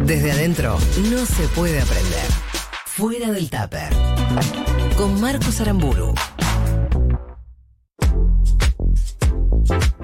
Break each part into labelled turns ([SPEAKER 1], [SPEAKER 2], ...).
[SPEAKER 1] Desde adentro no se puede aprender. Fuera del tupper. Con Marcos Aramburu.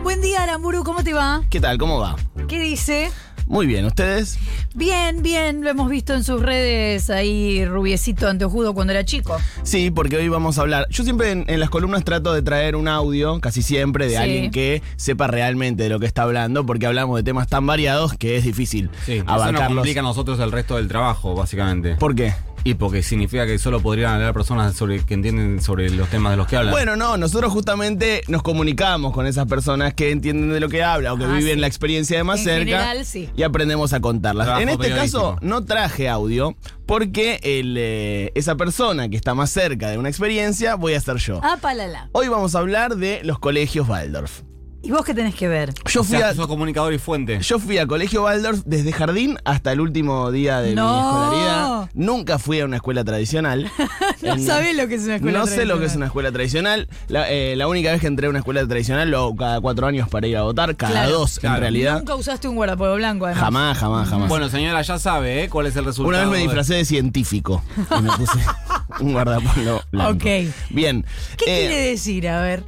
[SPEAKER 2] Buen día, Aramburu, ¿cómo te va?
[SPEAKER 3] ¿Qué tal? ¿Cómo va?
[SPEAKER 2] ¿Qué dice?
[SPEAKER 3] Muy bien, ¿ustedes?
[SPEAKER 2] Bien, bien, lo hemos visto en sus redes ahí, rubiecito anteojudo cuando era chico.
[SPEAKER 3] Sí, porque hoy vamos a hablar. Yo siempre en, en las columnas trato de traer un audio, casi siempre, de
[SPEAKER 2] Sí.
[SPEAKER 3] alguien que sepa realmente de lo que está hablando, porque hablamos de temas tan variados que es difícil
[SPEAKER 4] Sí, eso nos
[SPEAKER 3] abarcarlos.
[SPEAKER 4] complica a nosotros el resto del trabajo, básicamente.
[SPEAKER 3] ¿Por qué?
[SPEAKER 4] Y porque significa que solo podrían hablar personas sobre que entienden sobre los temas de los que hablan.
[SPEAKER 3] Bueno, no, nosotros justamente nos comunicamos con esas personas que entienden de lo que habla o que
[SPEAKER 2] Ah,
[SPEAKER 3] viven
[SPEAKER 2] sí.
[SPEAKER 3] la experiencia de más
[SPEAKER 2] En
[SPEAKER 3] cerca
[SPEAKER 2] general, sí.
[SPEAKER 3] y aprendemos a contarlas.
[SPEAKER 4] Trabajo
[SPEAKER 3] en este caso
[SPEAKER 4] periodístico.
[SPEAKER 3] no traje audio porque el, eh, esa persona que está más cerca de una experiencia voy a ser yo.
[SPEAKER 2] Ah, palala.
[SPEAKER 3] Hoy vamos a hablar de los colegios Waldorf.
[SPEAKER 2] ¿Y vos qué tenés que ver?
[SPEAKER 3] Yo
[SPEAKER 4] o
[SPEAKER 3] fui,
[SPEAKER 4] sea,
[SPEAKER 3] a,
[SPEAKER 4] sos comunicador y fuente.
[SPEAKER 3] yo fui a colegio Waldorf desde jardín hasta el último día de mi
[SPEAKER 2] No.
[SPEAKER 3] escolaridad. Nunca fui a una escuela tradicional.
[SPEAKER 2] No
[SPEAKER 3] En-
[SPEAKER 2] sabés lo que es una escuela
[SPEAKER 3] No sé lo que es una
[SPEAKER 2] tradicional.
[SPEAKER 3] escuela tradicional. La, eh, la única vez que entré a una escuela tradicional, lo cada cuatro años para ir a votar, cada
[SPEAKER 2] Claro.
[SPEAKER 3] dos en
[SPEAKER 4] Claro.
[SPEAKER 3] realidad.
[SPEAKER 2] Nunca usaste un guardapolvo blanco, además.
[SPEAKER 3] Jamás, jamás, jamás.
[SPEAKER 4] Bueno, señora, ya sabe, ¿eh? ¿Cuál es el resultado?
[SPEAKER 3] Una vez me
[SPEAKER 4] de-
[SPEAKER 3] disfracé de científico y me puse un guardapolvo blanco.
[SPEAKER 2] Ok.
[SPEAKER 3] Bien.
[SPEAKER 2] ¿Qué
[SPEAKER 3] Eh,
[SPEAKER 2] quiere decir? A ver.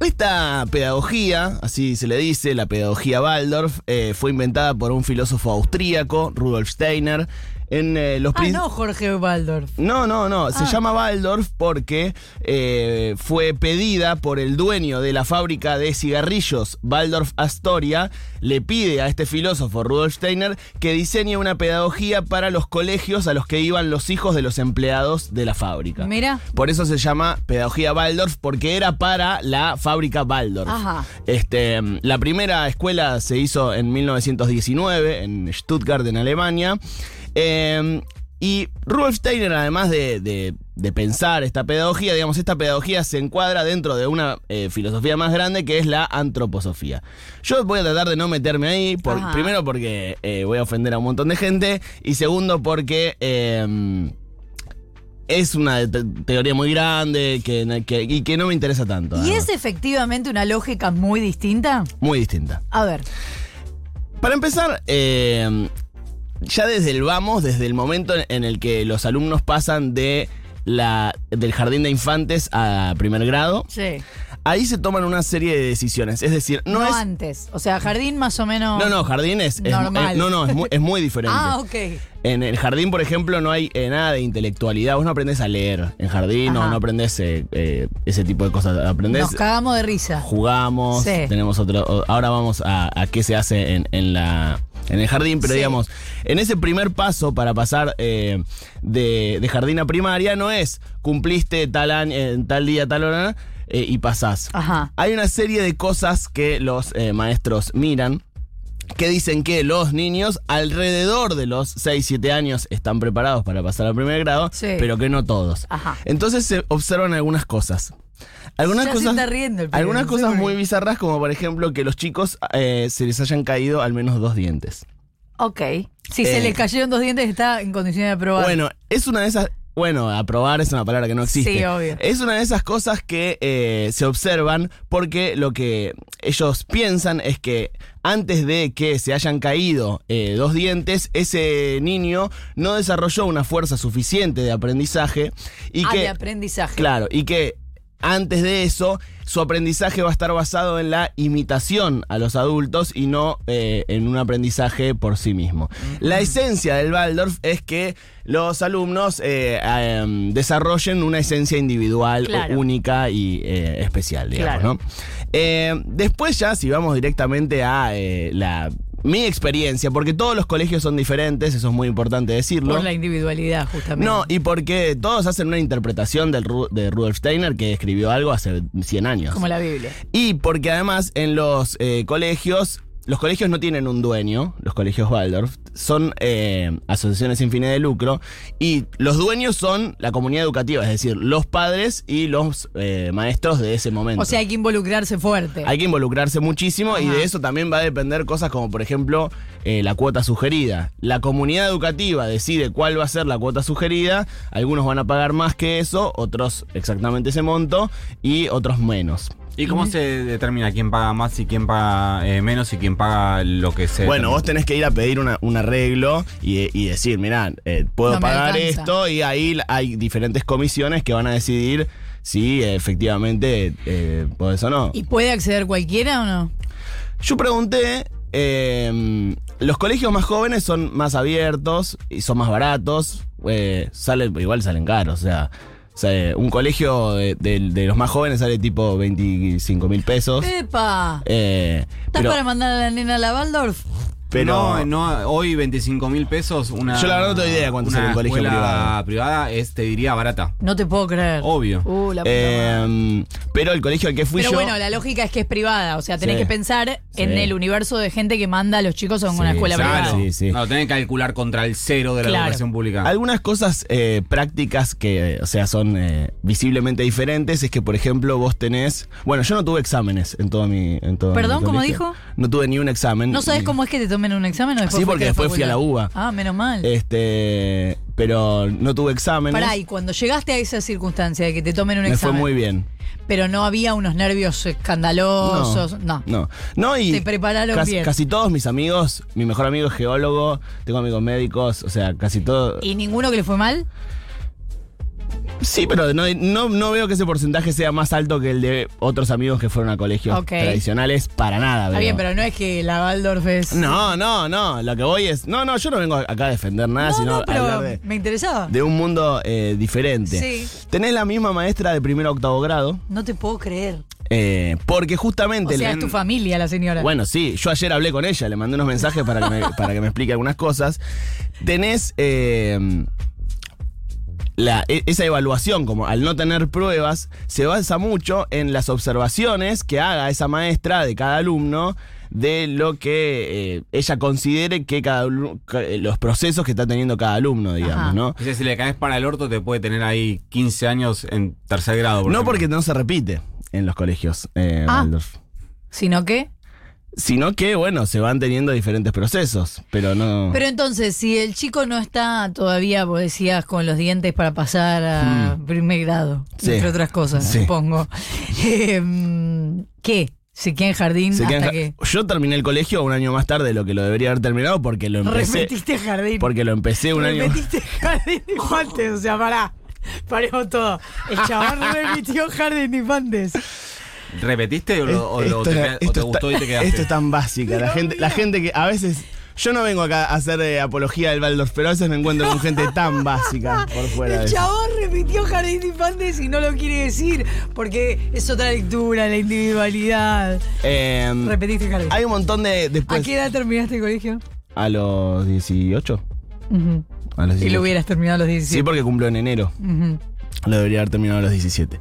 [SPEAKER 3] Esta pedagogía, así se le dice, la pedagogía Waldorf, eh, fue inventada por un filósofo austríaco, Rudolf Steiner, en eh, los
[SPEAKER 2] Ah,
[SPEAKER 3] prin-
[SPEAKER 2] no, Jorge Waldorf.
[SPEAKER 3] No, no, no, se
[SPEAKER 2] Ah.
[SPEAKER 3] llama Waldorf porque eh, fue pedida por el dueño de la fábrica de cigarrillos, Waldorf Astoria, le pide a este filósofo Rudolf Steiner que diseñe una pedagogía para los colegios a los que iban los hijos de los empleados de la fábrica.
[SPEAKER 2] Mira.
[SPEAKER 3] Por eso se llama pedagogía Waldorf, porque era para la fábrica Waldorf.
[SPEAKER 2] Ajá.
[SPEAKER 3] Este, mm, la primera escuela se hizo en 1919 en Stuttgart, en Alemania. Eh, y Rudolf Steiner, además de, de- de pensar esta pedagogía, digamos, esta pedagogía se encuadra dentro de una eh, filosofía más grande que es la antroposofía. Yo voy a tratar de no meterme ahí, por-
[SPEAKER 2] Ajá.
[SPEAKER 3] primero porque eh, voy a ofender a un montón de gente y segundo porque... em, es una te- teoría muy grande que, que- y que no me interesa tanto.
[SPEAKER 2] ¿Y es
[SPEAKER 3] además.
[SPEAKER 2] efectivamente una lógica muy distinta?
[SPEAKER 3] Muy distinta.
[SPEAKER 2] A ver.
[SPEAKER 3] Para empezar, eh, ya desde el vamos, desde el momento en- en el que los alumnos pasan de la, del jardín de infantes a primer grado,
[SPEAKER 2] Sí.
[SPEAKER 3] ahí se toman una serie de decisiones. Es decir, no,
[SPEAKER 2] No, ah,
[SPEAKER 3] es...
[SPEAKER 2] antes. O sea, jardín más o menos.
[SPEAKER 3] No, no, jardín es... es-
[SPEAKER 2] Normal.
[SPEAKER 3] eh, no, no, es muy, es muy diferente.
[SPEAKER 2] Ah, ok.
[SPEAKER 3] En el jardín, por ejemplo, no hay eh, nada de intelectualidad. Vos no aprendés a leer en jardín
[SPEAKER 2] Ajá.
[SPEAKER 3] o no aprendés eh, eh, ese tipo de cosas. Aprendés
[SPEAKER 2] Nos cagamos de risa.
[SPEAKER 3] jugamos,
[SPEAKER 2] Sí.
[SPEAKER 3] tenemos otro. o- Ahora vamos a, a qué se hace en, en la. En el jardín, pero
[SPEAKER 2] Sí.
[SPEAKER 3] digamos, en ese primer paso para pasar eh, de, de jardín a primaria no es cumpliste tal año, en tal día, tal hora eh, y pasás.
[SPEAKER 2] Ajá.
[SPEAKER 3] Hay una serie de cosas que los eh, maestros miran que dicen que los niños alrededor de los 6, 7 años están preparados para pasar al primer grado,
[SPEAKER 2] Sí.
[SPEAKER 3] pero que no todos.
[SPEAKER 2] Ajá.
[SPEAKER 3] Entonces se observan algunas cosas. Algunas
[SPEAKER 2] Ya se
[SPEAKER 3] cosas,
[SPEAKER 2] está riendo el pibe,
[SPEAKER 3] algunas
[SPEAKER 2] no sé
[SPEAKER 3] cosas
[SPEAKER 2] por qué.
[SPEAKER 3] muy bizarras, como por ejemplo que los chicos eh, se les hayan caído al menos dos dientes.
[SPEAKER 2] Ok. Si se
[SPEAKER 3] Eh.
[SPEAKER 2] le cayeron dos dientes, está en condiciones de probar.
[SPEAKER 3] Bueno, es una de esas. Bueno, aprobar es una palabra que no existe.
[SPEAKER 2] Sí, obvio.
[SPEAKER 3] Es una de esas cosas que eh, se observan porque lo que ellos piensan es que antes de que se hayan caído eh, dos dientes, ese niño no desarrolló una fuerza suficiente de aprendizaje y
[SPEAKER 2] Ah,
[SPEAKER 3] que.
[SPEAKER 2] de aprendizaje.
[SPEAKER 3] Claro, y que antes de eso, su aprendizaje va a estar basado en la imitación a los adultos y no eh, en un aprendizaje por sí mismo. La esencia del Waldorf es que los alumnos eh, ah, em, desarrollen una esencia individual, o
[SPEAKER 2] Claro.
[SPEAKER 3] única y eh, especial, digamos,
[SPEAKER 2] Claro.
[SPEAKER 3] ¿no? Eh, después ya, si vamos directamente a eh, la... Mi experiencia, porque todos los colegios son diferentes, eso es muy importante decirlo.
[SPEAKER 2] Por la individualidad, justamente.
[SPEAKER 3] No, y porque todos hacen una interpretación del Ru- de Rudolf Steiner que escribió algo hace 100 años.
[SPEAKER 2] Como la Biblia.
[SPEAKER 3] Y porque además en los eh, colegios, los colegios no tienen un dueño, los colegios Waldorf, son eh, asociaciones sin fines de lucro, y los dueños son la comunidad educativa, es decir, los padres y los eh, maestros de ese momento.
[SPEAKER 2] O sea, hay que involucrarse fuerte.
[SPEAKER 3] Hay que involucrarse muchísimo y
[SPEAKER 2] Ajá.
[SPEAKER 3] de eso también va a depender cosas como, por ejemplo, eh, la cuota sugerida. La comunidad educativa decide cuál va a ser la cuota sugerida. Algunos van a pagar más que eso, otros exactamente ese monto y otros menos.
[SPEAKER 4] ¿Y cómo se determina quién paga más y quién paga eh, menos y quién quien paga lo que sea.
[SPEAKER 3] Bueno, vos tenés que ir a pedir una- un arreglo y, y decir, mirá, eh, puedo
[SPEAKER 2] No me
[SPEAKER 3] pagar
[SPEAKER 2] alcanza".
[SPEAKER 3] esto y ahí la- hay diferentes comisiones que van a decidir si eh, efectivamente eh, podés o no.
[SPEAKER 2] ¿Y puede acceder cualquiera o no?
[SPEAKER 3] Yo pregunté, eh, los colegios más jóvenes son más abiertos y son más baratos, eh, salen, igual salen caros, o sea... o sea, un colegio de, de- de los más jóvenes sale tipo 25 mil pesos.
[SPEAKER 2] ¡Epa!
[SPEAKER 3] eh,
[SPEAKER 2] ¿Estás
[SPEAKER 3] pero,
[SPEAKER 2] para mandar a la nena a la Waldorf?
[SPEAKER 3] pero-
[SPEAKER 4] No, no, hoy 25 mil pesos una.
[SPEAKER 3] Yo la verdad no tengo idea cuánto
[SPEAKER 4] una
[SPEAKER 3] sale un colegio
[SPEAKER 4] escuela
[SPEAKER 3] privado.
[SPEAKER 4] privada es, te diría, barata.
[SPEAKER 2] No te puedo creer.
[SPEAKER 4] Obvio.
[SPEAKER 2] Uh, la puta madre.
[SPEAKER 3] Eh, pero el colegio al que fui
[SPEAKER 2] Pero
[SPEAKER 3] yo.
[SPEAKER 2] bueno, la lógica es que es privada, o sea, tenés
[SPEAKER 3] Sí.
[SPEAKER 2] que pensar en
[SPEAKER 3] Sí.
[SPEAKER 2] el universo de gente que manda a los chicos a una
[SPEAKER 3] Sí,
[SPEAKER 2] escuela
[SPEAKER 3] claro.
[SPEAKER 2] privada.
[SPEAKER 3] Sí, sí.
[SPEAKER 4] No, tenés que calcular contra el cero de la
[SPEAKER 2] Claro.
[SPEAKER 4] educación pública.
[SPEAKER 3] Algunas cosas eh, prácticas que, eh, o sea, son eh, visiblemente diferentes es que, por ejemplo, vos tenés. Bueno, yo no tuve exámenes en todo mi. En todo
[SPEAKER 2] Perdón,
[SPEAKER 3] mi
[SPEAKER 2] ¿cómo
[SPEAKER 3] colegio.
[SPEAKER 2] dijo?
[SPEAKER 3] No tuve ni un examen.
[SPEAKER 2] ¿No sabes
[SPEAKER 3] Y-
[SPEAKER 2] cómo es que te tomen un examen o después
[SPEAKER 3] Sí,
[SPEAKER 2] fuiste
[SPEAKER 3] porque después fui a Eh, la
[SPEAKER 2] facultad?
[SPEAKER 3] UBA.
[SPEAKER 2] Ah, menos mal.
[SPEAKER 3] Este. Pero no tuve exámenes.
[SPEAKER 2] Pará, y cuando llegaste a esa circunstancia de que te tomen un
[SPEAKER 3] me fue
[SPEAKER 2] examen,
[SPEAKER 3] muy bien.
[SPEAKER 2] pero no había unos nervios escandalosos, Oh, no.
[SPEAKER 3] No, no y
[SPEAKER 2] Te prepararon
[SPEAKER 3] casi,
[SPEAKER 2] bien.
[SPEAKER 3] casi todos mis amigos, mi mejor amigo es geólogo, tengo amigos médicos, o sea, casi todo.
[SPEAKER 2] ¿Y ninguno que le fue mal?
[SPEAKER 3] Sí, pero no, no, no veo que ese porcentaje sea más alto que el de otros amigos que fueron a colegios
[SPEAKER 2] Ok.
[SPEAKER 3] tradicionales para nada.
[SPEAKER 2] Está
[SPEAKER 3] veo.
[SPEAKER 2] bien, pero no es que la Waldorf es...
[SPEAKER 3] No, no, no. Lo que voy es. No, no, yo no vengo acá a defender nada,
[SPEAKER 2] no,
[SPEAKER 3] sino
[SPEAKER 2] no,
[SPEAKER 3] a
[SPEAKER 2] pero
[SPEAKER 3] hablar de,
[SPEAKER 2] me interesaba.
[SPEAKER 3] de un mundo eh, diferente.
[SPEAKER 2] Sí.
[SPEAKER 3] Tenés la misma maestra de primero a octavo grado,
[SPEAKER 2] No te puedo creer.
[SPEAKER 3] eh, porque
[SPEAKER 2] O
[SPEAKER 3] justamente.
[SPEAKER 2] sea,
[SPEAKER 3] le-
[SPEAKER 2] es tu familia la señora.
[SPEAKER 3] Bueno, sí, yo ayer hablé con ella, le mandé unos mensajes para que me, para que me explique algunas cosas. Tenés eh, la- e- esa evaluación, como al no tener pruebas, se basa mucho en las observaciones que haga esa maestra de cada alumno de lo que eh, ella considere que cada alumno- ca- eh, los procesos que está teniendo cada alumno, digamos,
[SPEAKER 2] Ajá.
[SPEAKER 3] ¿no?
[SPEAKER 4] O sea, si le caes para el orto, te puede tener ahí 15 años en tercer grado. por
[SPEAKER 3] no
[SPEAKER 4] ejemplo.
[SPEAKER 3] porque no se repite en los colegios, eh,
[SPEAKER 2] Ah.
[SPEAKER 3] Waldorf.
[SPEAKER 2] ¿Sino que...
[SPEAKER 3] Sino que, bueno, se van teniendo diferentes procesos, pero no...
[SPEAKER 2] Pero entonces, si el chico no está todavía, vos decías, con los dientes para pasar a primer grado,
[SPEAKER 3] Hmm. Sí.
[SPEAKER 2] entre otras cosas,
[SPEAKER 3] Sí.
[SPEAKER 2] supongo. Em, ¿Qué? ¿Se queda en jardín
[SPEAKER 3] Se
[SPEAKER 2] hasta
[SPEAKER 3] quedan-
[SPEAKER 2] que
[SPEAKER 3] Yo terminé el colegio un año más tarde de lo que lo debería haber terminado porque lo empecé.
[SPEAKER 2] repetiste jardín?
[SPEAKER 3] Porque lo empecé un año.
[SPEAKER 2] repetiste jardín de infantes, o sea, pará. Paremos todo. El chabón repitió jardín de infantes.
[SPEAKER 4] ¿Repetiste o, lo- o lo-
[SPEAKER 3] Esto
[SPEAKER 4] te,
[SPEAKER 3] era-
[SPEAKER 4] queda- o te
[SPEAKER 3] esto
[SPEAKER 4] gustó
[SPEAKER 3] está-
[SPEAKER 4] y te quedaste?
[SPEAKER 3] Esto es tan básica. La
[SPEAKER 2] Dios
[SPEAKER 3] gente,
[SPEAKER 2] mío.
[SPEAKER 3] la gente que a veces. Yo no vengo acá a hacer eh, apología del Baldor, pero a veces me encuentro con gente tan básica por fuera de
[SPEAKER 2] El
[SPEAKER 3] eso.
[SPEAKER 2] chabón repitió Jardín de Infantes y no lo quiere decir porque es otra lectura, la individualidad.
[SPEAKER 3] Eh,
[SPEAKER 2] Repetiste Jardín.
[SPEAKER 3] hay un montón de.
[SPEAKER 2] ¿A
[SPEAKER 3] Después.
[SPEAKER 2] qué edad terminaste el colegio?
[SPEAKER 3] ¿A los 18?
[SPEAKER 2] Ujú.
[SPEAKER 3] A los 18.
[SPEAKER 2] Y lo hubieras terminado a los
[SPEAKER 3] Sí,
[SPEAKER 2] 17.
[SPEAKER 3] porque cumplo en enero. Lo debería haber terminado a los 17.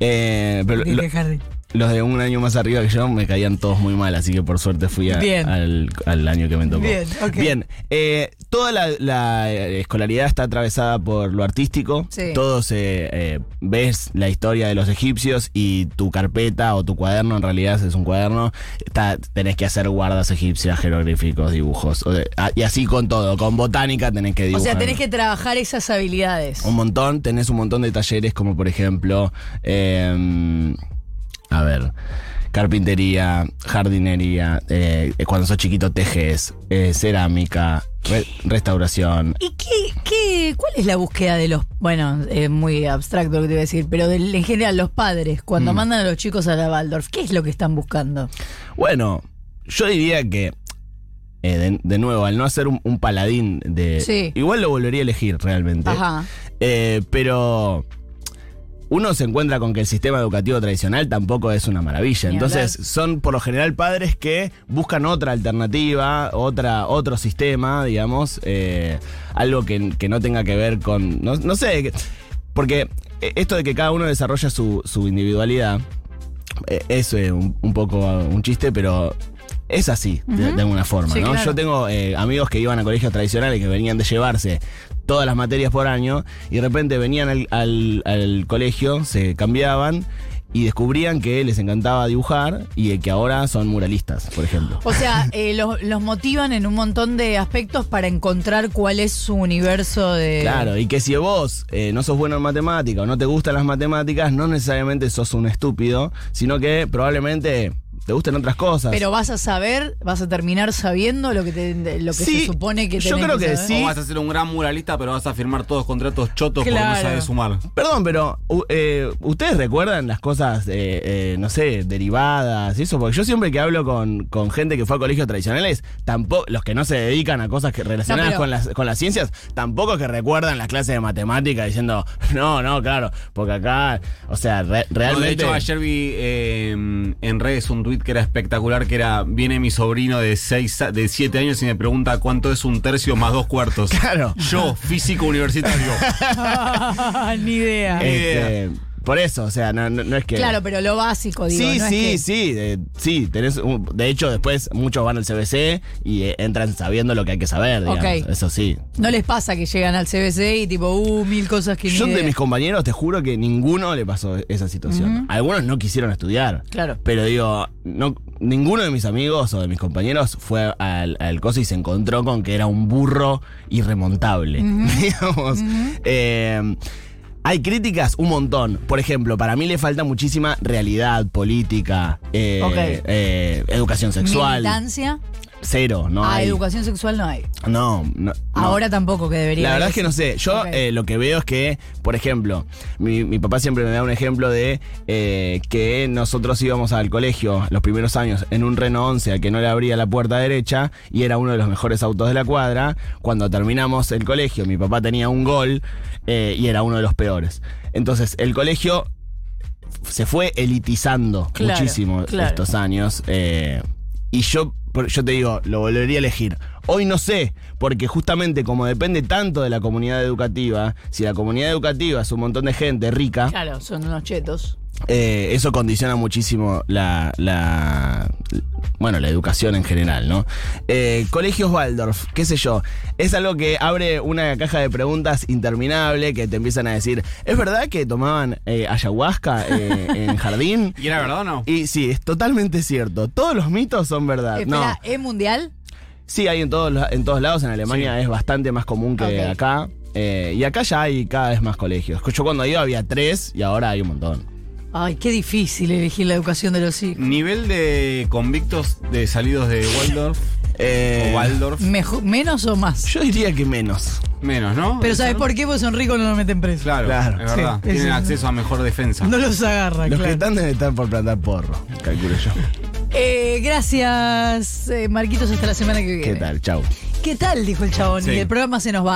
[SPEAKER 3] Eh, pero lo-
[SPEAKER 2] Jardín.
[SPEAKER 3] Los de un año más arriba que yo me caían todos muy mal, así que por suerte fui a-
[SPEAKER 2] Bien.
[SPEAKER 3] al, al año que me tocó.
[SPEAKER 2] Bien, ok.
[SPEAKER 3] Bien, eh, toda la, la, eh, escolaridad está atravesada por lo artístico.
[SPEAKER 2] Sí.
[SPEAKER 3] Todos eh, eh, ves la historia de los egipcios y tu carpeta o tu cuaderno, en realidad es un cuaderno, está, tenés que hacer guardas egipcias, jeroglíficos, dibujos. o de- a- y así con todo, con botánica tenés que
[SPEAKER 2] O
[SPEAKER 3] dibujar.
[SPEAKER 2] sea, tenés que trabajar esas habilidades.
[SPEAKER 3] Un montón, tenés un montón de talleres como por ejemplo, eh, a ver, carpintería, jardinería, eh, cuando sos chiquito tejes, eh, cerámica, re- restauración.
[SPEAKER 2] ¿Y qué, qué, cuál es la búsqueda de los, bueno, es muy abstracto lo que te voy a decir, pero del- en general los padres,
[SPEAKER 3] Mm.
[SPEAKER 2] cuando mandan a los chicos a la Waldorf, ¿qué es lo que están buscando?
[SPEAKER 3] Bueno, yo diría que, eh, de, de nuevo, al no hacer un, un paladín de...
[SPEAKER 2] Sí.
[SPEAKER 3] Igual lo volvería a elegir realmente. Eh, pero uno se encuentra con que el sistema educativo tradicional tampoco es una maravilla.
[SPEAKER 2] Ni
[SPEAKER 3] Entonces, son por lo general padres que buscan otra alternativa, otra, otro sistema, digamos, eh, algo que, que no tenga que ver con. No, no sé, que- porque eh, esto de que cada uno desarrolla su, su individualidad eh, es eh, un, un poco eh, un chiste, pero. Es así, de- de, alguna forma,
[SPEAKER 2] Sí,
[SPEAKER 3] ¿no?
[SPEAKER 2] claro.
[SPEAKER 3] Yo tengo eh, amigos que iban a colegios tradicionales que venían de llevarse todas las materias por año y de repente venían al, al- al colegio, se cambiaban y descubrían que les encantaba dibujar y que ahora son muralistas, por ejemplo.
[SPEAKER 2] O sea, eh, los, los motivan en un montón de aspectos para encontrar cuál es su universo de...
[SPEAKER 3] Claro, y que si vos eh, no sos bueno en matemáticas o no te gustan las matemáticas, no necesariamente sos un estúpido, sino que probablemente te gusten otras cosas.
[SPEAKER 2] Pero vas a saber, vas a terminar sabiendo lo que, te- lo que
[SPEAKER 3] Sí,
[SPEAKER 2] se supone que
[SPEAKER 3] yo
[SPEAKER 2] tenés
[SPEAKER 3] creo que
[SPEAKER 2] saber.
[SPEAKER 3] sí.
[SPEAKER 4] O vas a ser un gran muralista, pero vas a firmar todos contratos chotos
[SPEAKER 2] Claro.
[SPEAKER 4] porque no sabes sumar.
[SPEAKER 3] Perdón, pero u- eh, ¿ustedes recuerdan las cosas, eh, eh, no sé, derivadas y eso? Porque yo siempre que hablo con, con gente que fue a colegios tradicionales, tampoco, los que no se dedican a cosas que relacionadas
[SPEAKER 2] No, pero-
[SPEAKER 3] con, las, con las ciencias, tampoco que recuerdan las clases de matemática diciendo, no, no, claro, porque acá, o sea, re-
[SPEAKER 4] No, de
[SPEAKER 3] realmente...
[SPEAKER 4] hecho, ayer vi eh, en redes un tuit que era espectacular, que era, viene mi sobrino de 6, de 7 años y me pregunta cuánto es un tercio más dos cuartos.
[SPEAKER 3] Claro.
[SPEAKER 4] Yo, físico universitario.
[SPEAKER 2] Ni idea.
[SPEAKER 4] Eh,
[SPEAKER 3] este, por eso, o sea, no, no- no es que...
[SPEAKER 2] claro, pero lo básico, digo.
[SPEAKER 3] Sí,
[SPEAKER 2] no es
[SPEAKER 3] sí,
[SPEAKER 2] que-
[SPEAKER 3] sí, eh, sí, tenés un- de hecho después muchos van al CBC y eh, entran sabiendo lo que hay que saber, digamos,
[SPEAKER 2] Ok.
[SPEAKER 3] eso sí.
[SPEAKER 2] No les pasa que llegan al CBC y tipo, uh, mil cosas que ni
[SPEAKER 3] Yo de
[SPEAKER 2] idea.
[SPEAKER 3] mis compañeros te juro que ninguno le pasó esa situación. Algunos no quisieron estudiar.
[SPEAKER 2] Claro.
[SPEAKER 3] Pero digo, no, ninguno de mis amigos o de mis compañeros fue al, al coso y se encontró con que era un burro irremontable. Digamos. Eh, hay críticas un montón. Por ejemplo, para mí le falta muchísima realidad política, eh,
[SPEAKER 2] Ok.
[SPEAKER 3] eh, educación sexual.
[SPEAKER 2] Militancia.
[SPEAKER 3] Cero, no
[SPEAKER 2] ah,
[SPEAKER 3] hay.
[SPEAKER 2] educación sexual no hay.
[SPEAKER 3] No, no, no.
[SPEAKER 2] Ahora tampoco que debería.
[SPEAKER 3] La verdad
[SPEAKER 2] haber.
[SPEAKER 3] es que no sé. Yo
[SPEAKER 2] Ok.
[SPEAKER 3] eh, lo que veo es que, por ejemplo, mi, mi papá siempre me da un ejemplo de eh, que nosotros íbamos al colegio los primeros años en un Renault 11 al que no le abría la puerta derecha y era uno de los mejores autos de la cuadra. Cuando terminamos el colegio, mi papá tenía un gol eh, y era uno de los peores. Entonces, el colegio se fue elitizando
[SPEAKER 2] Claro,
[SPEAKER 3] muchísimo
[SPEAKER 2] claro.
[SPEAKER 3] estos años. eh, y yo, por- yo te digo, lo volvería a elegir. Hoy no sé, porque justamente como depende tanto de la comunidad educativa, si la comunidad educativa es un montón de gente rica,
[SPEAKER 2] Claro, son unos chetos.
[SPEAKER 3] eh, eso condiciona muchísimo la, la- Bueno, la educación en general, ¿no? Eh, colegios Waldorf, qué sé yo. Es algo que abre una caja de preguntas interminable que te empiezan a decir: ¿es verdad que tomaban eh, ayahuasca eh, en jardín?
[SPEAKER 4] ¿Y era verdad o no?
[SPEAKER 3] Y sí, es totalmente cierto. Todos los mitos son verdad. Ah, No.
[SPEAKER 2] Espera, ¿es mundial?
[SPEAKER 3] Sí, hay en todos, los- en todos lados. En Alemania es bastante más común que
[SPEAKER 2] Ok.
[SPEAKER 3] acá. Eh, y acá ya hay cada vez más colegios. Yo cuando iba había tres y ahora hay un montón.
[SPEAKER 2] Ay, qué difícil elegir la educación de los hijos.
[SPEAKER 4] Nivel de convictos de salidos de Waldorf.
[SPEAKER 3] Eh,
[SPEAKER 4] o Waldorf.
[SPEAKER 2] Mejo- ¿Menos o más?
[SPEAKER 3] Yo diría que menos.
[SPEAKER 4] Menos, ¿no?
[SPEAKER 2] Pero ¿sabes por qué? Porque son ricos no los meten presos.
[SPEAKER 4] Claro,
[SPEAKER 3] Claro.
[SPEAKER 4] es verdad.
[SPEAKER 2] Sí,
[SPEAKER 4] Tienen
[SPEAKER 2] eso-
[SPEAKER 4] acceso a mejor defensa.
[SPEAKER 2] No los agarra,
[SPEAKER 3] Los que
[SPEAKER 2] Ah, claro.
[SPEAKER 3] están deben estar por plantar porro, calculo yo.
[SPEAKER 2] Eh, gracias, eh, Marquitos. Hasta la semana que viene.
[SPEAKER 3] ¿Qué tal? Chau.
[SPEAKER 2] ¿Qué tal? Dijo el chabón.
[SPEAKER 4] Sí.
[SPEAKER 2] Y el programa se nos va.